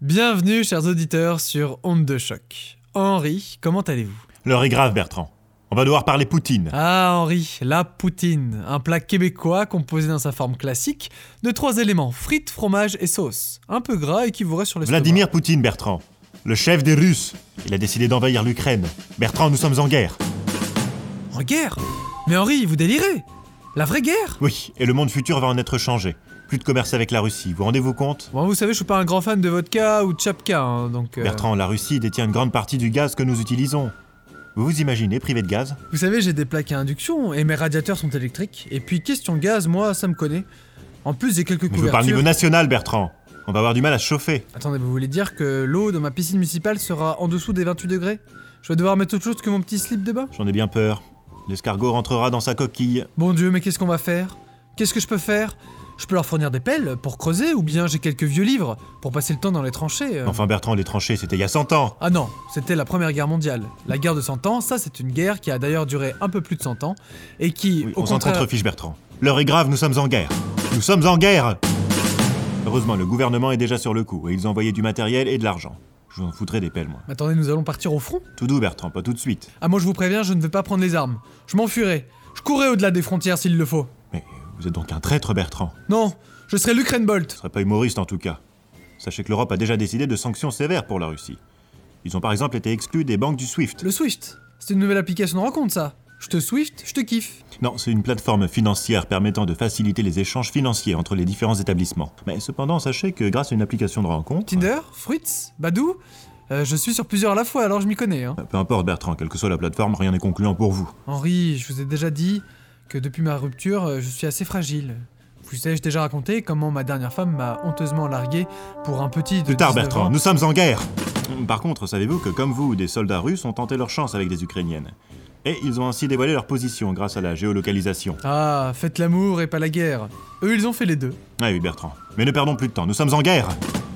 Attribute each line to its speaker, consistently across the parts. Speaker 1: Bienvenue, chers auditeurs, sur Onde de Choc. Henri, comment allez-vous
Speaker 2: L'heure est grave, Bertrand. On va devoir parler Poutine.
Speaker 1: Ah, Henri, la poutine, un plat québécois composé dans sa forme classique de trois éléments frites, fromage et sauce, un peu gras et qui vous reste sur le
Speaker 2: Vladimir Poutine, Bertrand. Le chef des Russes. Il a décidé d'envahir l'Ukraine. Bertrand, nous sommes en guerre.
Speaker 1: En guerre Mais Henri, vous délirez La vraie guerre
Speaker 2: Oui, et le monde futur va en être changé. Plus de commerce avec la Russie, vous rendez-vous compte
Speaker 1: Bon, vous savez, je suis pas un grand fan de vodka ou de chapka, hein, donc. euh,
Speaker 2: Bertrand, la Russie détient une grande partie du gaz que nous utilisons. Vous vous imaginez privé de gaz
Speaker 1: Vous savez, j'ai des plaques à induction et mes radiateurs sont électriques. Et puis, question gaz, moi, ça me connaît. En plus, j'ai quelques
Speaker 2: Mais je vous parle
Speaker 1: couvertures.
Speaker 2: niveau national, Bertrand. On va avoir du mal à se chauffer.
Speaker 1: Attendez, vous voulez dire que l'eau de ma piscine municipale sera en dessous des 28 degrés Je vais devoir mettre autre chose que mon petit slip de bain
Speaker 2: J'en ai bien peur. L'escargot rentrera dans sa coquille.
Speaker 1: Bon Dieu, mais qu'est-ce qu'on va faire Qu'est-ce que je peux faire Je peux leur fournir des pelles pour creuser ou bien j'ai quelques vieux livres pour passer le temps dans les tranchées. euh.
Speaker 2: Enfin, Bertrand, les tranchées, c'était il y a 100 ans.
Speaker 1: Ah non, c'était la Première Guerre mondiale. La guerre de 100 ans, ça c'est une guerre qui a d'ailleurs duré un peu plus de 100 ans et qui,
Speaker 2: Oui,
Speaker 1: au
Speaker 2: on s'en
Speaker 1: contraire...
Speaker 2: contrefiche, Bertrand. L'heure est grave, nous sommes en guerre. Nous sommes en guerre Heureusement, le gouvernement est déjà sur le coup et ils ont envoyé du matériel et de l'argent. Je vous en foutrai des pelles, moi.
Speaker 1: Attendez, nous allons partir au front
Speaker 2: Tout doux, Bertrand, pas tout de suite.
Speaker 1: Ah moi je vous préviens, je ne vais pas prendre les armes. Je m'enfuirai. Je courrai au-delà des frontières s'il le faut.
Speaker 2: Mais vous êtes donc un traître, Bertrand.
Speaker 1: Non, je serai l'Ukraine Bolt.
Speaker 2: Ce serait pas humoriste, en tout cas. Sachez que l'Europe a déjà décidé de sanctions sévères pour la Russie. Ils ont par exemple été exclus des banques du SWIFT.
Speaker 1: Le Swift. C'est une nouvelle application de rencontre ça. Je te Swift, je te kiffe.
Speaker 2: Non, c'est une plateforme financière permettant de faciliter les échanges financiers entre les différents établissements. Mais cependant, sachez que grâce à une application de rencontre...
Speaker 1: Tinder, Fruits, Badou. Euh, je suis sur plusieurs à la fois, alors je m'y connais. Hein.
Speaker 2: Euh, Peu importe, Bertrand, quelle que soit la plateforme, rien n'est concluant pour vous.
Speaker 1: Henri, je vous ai déjà dit que depuis ma rupture, euh, je suis assez fragile. Vous ai-je déjà raconté comment ma dernière femme m'a honteusement largué pour un petit de
Speaker 2: Plus tard,
Speaker 1: 19
Speaker 2: Bertrand,
Speaker 1: ans
Speaker 2: nous sommes en guerre Par contre, savez-vous que, comme vous, des soldats russes ont tenté leur chance avec des Ukrainiennes Et ils ont ainsi dévoilé leur position grâce à la géolocalisation.
Speaker 1: Ah, faites l'amour et pas la guerre. Eux, ils ont fait les deux.
Speaker 2: Ah oui, Bertrand. Mais ne perdons plus de temps, nous sommes en guerre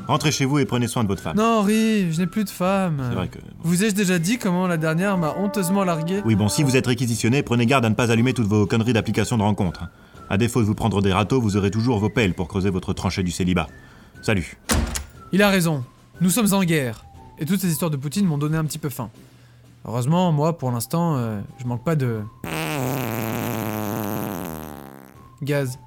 Speaker 2: Rentrez chez vous et prenez soin de votre femme.
Speaker 1: Non, Henri, je n'ai plus de
Speaker 2: C'est vrai
Speaker 1: femme.
Speaker 2: que...
Speaker 1: Vous ai-je déjà dit comment la dernière m'a honteusement largué
Speaker 2: Oui, bon, si vous êtes réquisitionné, prenez garde à ne pas allumer toutes vos conneries d'application de rencontre. À défaut de vous prendre des râteaux, vous aurez toujours vos pelles pour creuser votre tranchée du célibat. Salut
Speaker 1: Il a raison. Nous sommes en guerre. Et toutes ces histoires de Poutine m'ont donné un petit peu faim. Heureusement, moi, pour l'instant, euh, je manque pas de. Gaz.